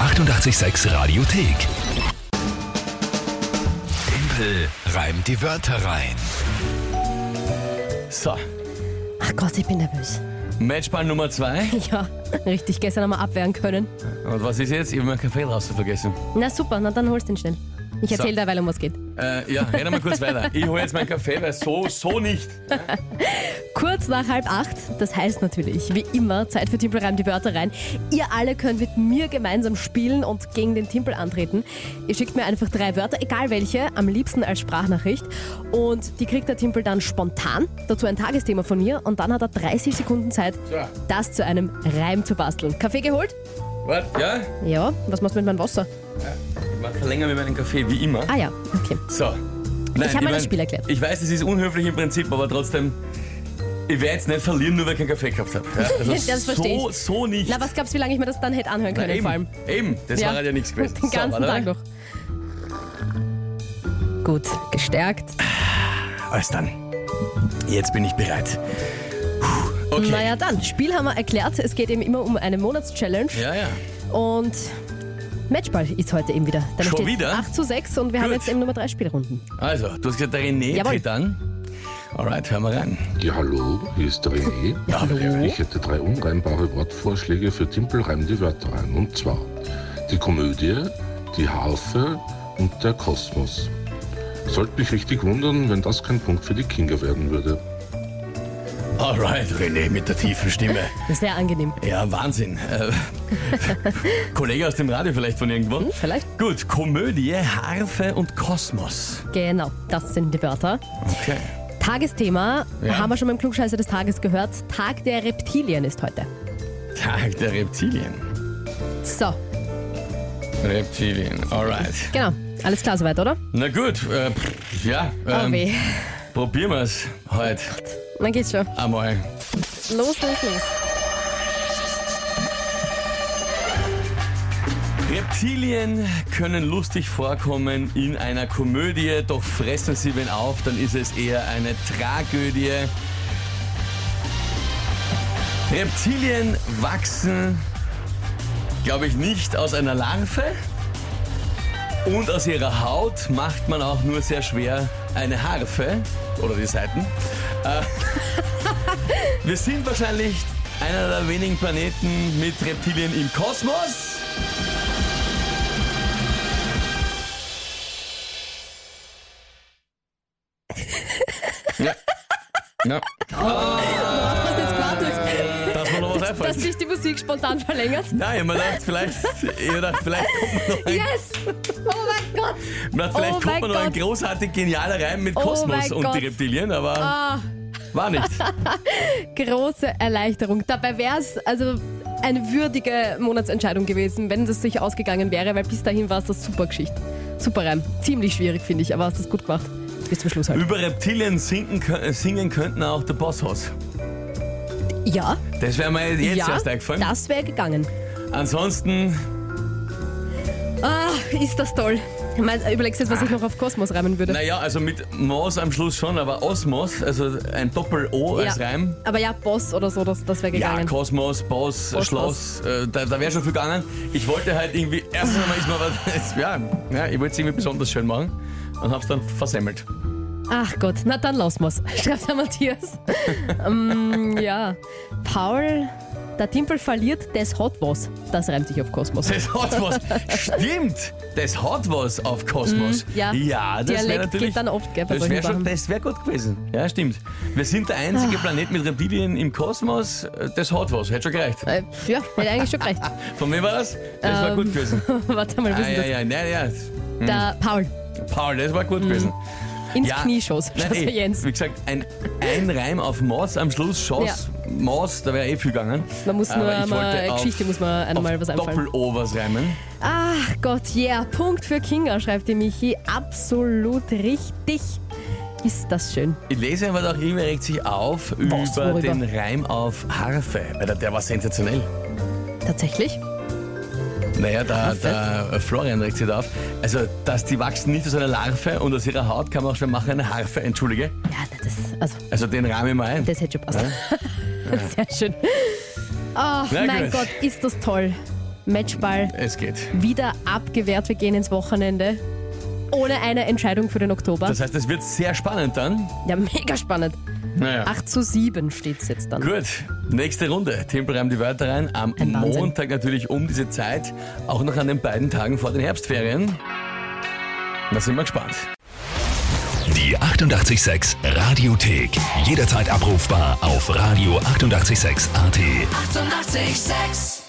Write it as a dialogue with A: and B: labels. A: 886 Radiothek. Tempel reimt die Wörter rein.
B: So,
C: Ach Gott, ich bin nervös.
B: Matchball Nummer 2.
C: Ja, richtig. Gestern haben wir abwehren können.
B: Und was ist jetzt? Ich habe meinen Kaffee draußen vergessen.
C: Na super, na dann holst den schnell. Ich
B: So.
C: erzähle derweil, um was geht.
B: Äh, ja, rede mal kurz weiter. Ich hole jetzt meinen Kaffee, weil so, so nicht.
C: Kurz nach halb acht, das heißt natürlich, wie immer, Zeit für Timpel reimt die Wörter rein. Ihr alle könnt mit mir gemeinsam spielen und gegen den Timpel antreten. Ihr schickt mir einfach drei Wörter, egal welche, am liebsten als Sprachnachricht. Und die kriegt der Timpel dann spontan, dazu ein Tagesthema von mir. Und dann hat er 30 Sekunden Zeit,
B: So.
C: das zu einem Reim zu basteln. Kaffee geholt?
B: Was? Ja?
C: Ja, was machst du mit meinem Wasser?
B: Ich verlängere mir meinen Kaffee, wie immer.
C: Ah ja, okay.
B: So. Nein,
C: Ich hab mal das Spiel erklärt.
B: Ich weiß, es ist unhöflich im Prinzip, aber trotzdem, ich werde jetzt nicht verlieren, nur weil ich keinen Kaffee gehabt habe. Ja, also
C: Das versteh
B: so,
C: ich.
B: so nicht.
C: Na, was glaubst du, wie lange ich mir das dann hätte anhören
B: Na,
C: können,
B: eben,
C: vor allem?
B: eben, das
C: Ja.
B: war halt ja nichts gewesen.
C: Den ganzen
B: warte
C: Tag
B: mal.
C: noch. Gut, gestärkt.
B: Alles dann. Jetzt bin ich bereit. Puh, okay.
C: Naja, dann, Spiel haben wir erklärt. Es geht eben immer um eine Monatschallenge.
B: Ja, ja.
C: Und Matchball ist heute eben wieder. Dann
B: Schon wieder?
C: 8 zu 6 und wir haben
B: Gut.
C: jetzt eben Nummer 3 Spielrunden.
B: Also, du hast gesagt, der René
C: Jawohl.
B: tritt an. Alright, hör mal rein.
D: Ja, hallo, hier ist der René.
C: Hallo?
D: Ich hätte drei unreimbare Wortvorschläge für Timpel reimt die Wörter rein. Und zwar die Komödie, die Harfe und der Kosmos. Sollte mich richtig wundern, wenn das kein Punkt für die Kinder werden würde.
B: Alright, René mit der tiefen Stimme.
C: Sehr angenehm.
B: Ja, Wahnsinn. Äh, Kollege aus dem Radio vielleicht von irgendwo.
C: Hm, Vielleicht?
B: Gut, Komödie, Harfe und Kosmos.
C: Genau, das sind die Wörter.
B: Okay.
C: Tagesthema
B: Ja.
C: haben wir schon beim Klugscheißer des Tages gehört. Tag der Reptilien ist heute.
B: Tag der Reptilien.
C: So,
B: Reptilien, alright.
C: genau. Alles klar soweit, oder?
B: Na gut, äh, pff, ja,
C: Oh
B: ähm,
C: weh.
B: probieren wir es heute
C: Dann geht's schon.
B: einmal.
C: Los, los, los.
B: Reptilien können lustig vorkommen in einer Komödie, doch fressen sie wen auf, dann ist es eher eine Tragödie. Reptilien wachsen, glaube ich, nicht aus einer Larve. Und aus ihrer Haut macht man auch nur sehr schwer eine Harfe oder die Seiten. Äh, Wir sind wahrscheinlich einer der wenigen Planeten mit Reptilien im Kosmos. Ja. ja.
C: Hast jetzt gewartet,
B: Dass man noch was
C: dass
B: einfällt.
C: sich die Musik spontan verlängert?
B: Nein, ich hab mir gedacht, vielleicht, ich hab gedacht, vielleicht kommt man noch ein,
C: Yes! Oh mein Gott!
B: ich hab gedacht, vielleicht
C: Oh
B: kommt man
C: mein
B: noch ein
C: Gott.
B: großartig genialer Reim mit
C: Oh
B: Kosmos
C: mein
B: und
C: Gott. Ah.
B: die Reptilien, aber war nicht.
C: Große Erleichterung. Dabei wäre es also eine würdige Monatsentscheidung gewesen, wenn das sich ausgegangen wäre, weil bis dahin war es das super Geschichte. Super Reim. Ziemlich schwierig, finde ich, aber hast das gut gemacht. Bis zum Schluss halt.
B: Über Reptilien sinken, kö- äh, singen könnten auch der Bosshaus.
C: Ja,
B: Das wäre mir jetzt
C: ja,
B: erst eingefallen.
C: das wäre gegangen.
B: Ansonsten,
C: Ah, ist das toll. Ich mein, überlegst jetzt, was
B: Ah.
C: ich noch auf Kosmos reimen würde.
B: naja, also mit Moos am Schluss schon, aber Osmos, also ein Doppel-O als
C: ja.
B: Reim.
C: Aber ja, Boss oder so, das, das wäre
B: Ja,
C: gegangen.
B: Kosmos, Boss,
C: Kosmos.
B: Schloss, äh, da, da wäre schon viel gegangen. Ich wollte halt irgendwie, erstens einmal ist mir was, ja, ja ich wollte es irgendwie besonders schön machen und hab's dann versemmelt.
C: Ach Gott, na dann lassen wir's. Schreibt der Matthias. Ähm, ja. Paul, der Timpel verliert, das hat was. Das reimt sich auf Kosmos.
B: Das hat was. Stimmt, das hat was auf Kosmos.
C: Mhm, ja.
B: ja, das wäre
C: Dialekt
B: natürlich.
C: geht dann oft, gell, bei
B: das
C: solchen
B: wäre schon,
C: Sachen. Ah.
B: das wäre gut gewesen. Ja, stimmt. Wir sind der einzige Planet mit Reptilien im Kosmos. Das hat was. Hätte schon gereicht.
C: Äh, ja, hätte eigentlich schon gereicht.
B: Von mir war das? Das war
C: Ähm,
B: gut gewesen.
C: Warte mal,
B: Ah,
C: wissen
B: ja, ja, ja, ja.
C: das? Der Paul,
B: Paul, das war gut
C: Mhm.
B: gewesen.
C: ins
B: Ja.
C: Knie schoss.
B: Nein,
C: Schaut der
B: eh,
C: Jens.
B: Wie gesagt, ein, ein Reim auf Moss am Schluss, Schoss, Moss, da wäre eh viel gegangen.
C: Man muss nur
B: Aber ich wollte
C: einmal,
B: auf-
C: Geschichte muss man einmal
B: auf
C: was einfallen.
B: Doppel-O was reimen.
C: Ach Gott, yeah. Punkt für Kinga, schreibt die Michi. Absolut richtig. Ist das schön.
B: Ich lese aber doch irgendwie regt sich auf
C: Was,
B: über
C: worüber?
B: den Reim auf Harfe. Weil der, der war sensationell.
C: Tatsächlich?
B: Naja, da,
C: Harfe?
B: da Florian regt sich da auf. Also, dass die wachsen nicht aus einer Larve und aus ihrer Haut kann man auch schon machen eine Harfe, entschuldige.
C: Ja, na, das, also,
B: Also den Rahmen ich mal ein.
C: das hätte schon passt. Sehr schön. Oh,
B: Na
C: mein
B: gut.
C: Gott, ist das toll. Matchball
B: Es geht.
C: wieder abgewehrt. Wir gehen ins Wochenende. Ohne eine Entscheidung für den Oktober.
B: Das heißt, es wird sehr spannend dann.
C: ja, mega spannend.
B: Naja.
C: 8 zu 7 steht es jetzt dann.
B: Gut, nächste Runde. Tempel reimt die Wörter rein. Am
C: Ein Wahnsinn.
B: Montag natürlich um diese Zeit, auch noch an den beiden Tagen vor den Herbstferien. Da sind wir gespannt.
A: Die 886 Radiothek. Jederzeit abrufbar auf radio886.at. 886! 886.
E: 886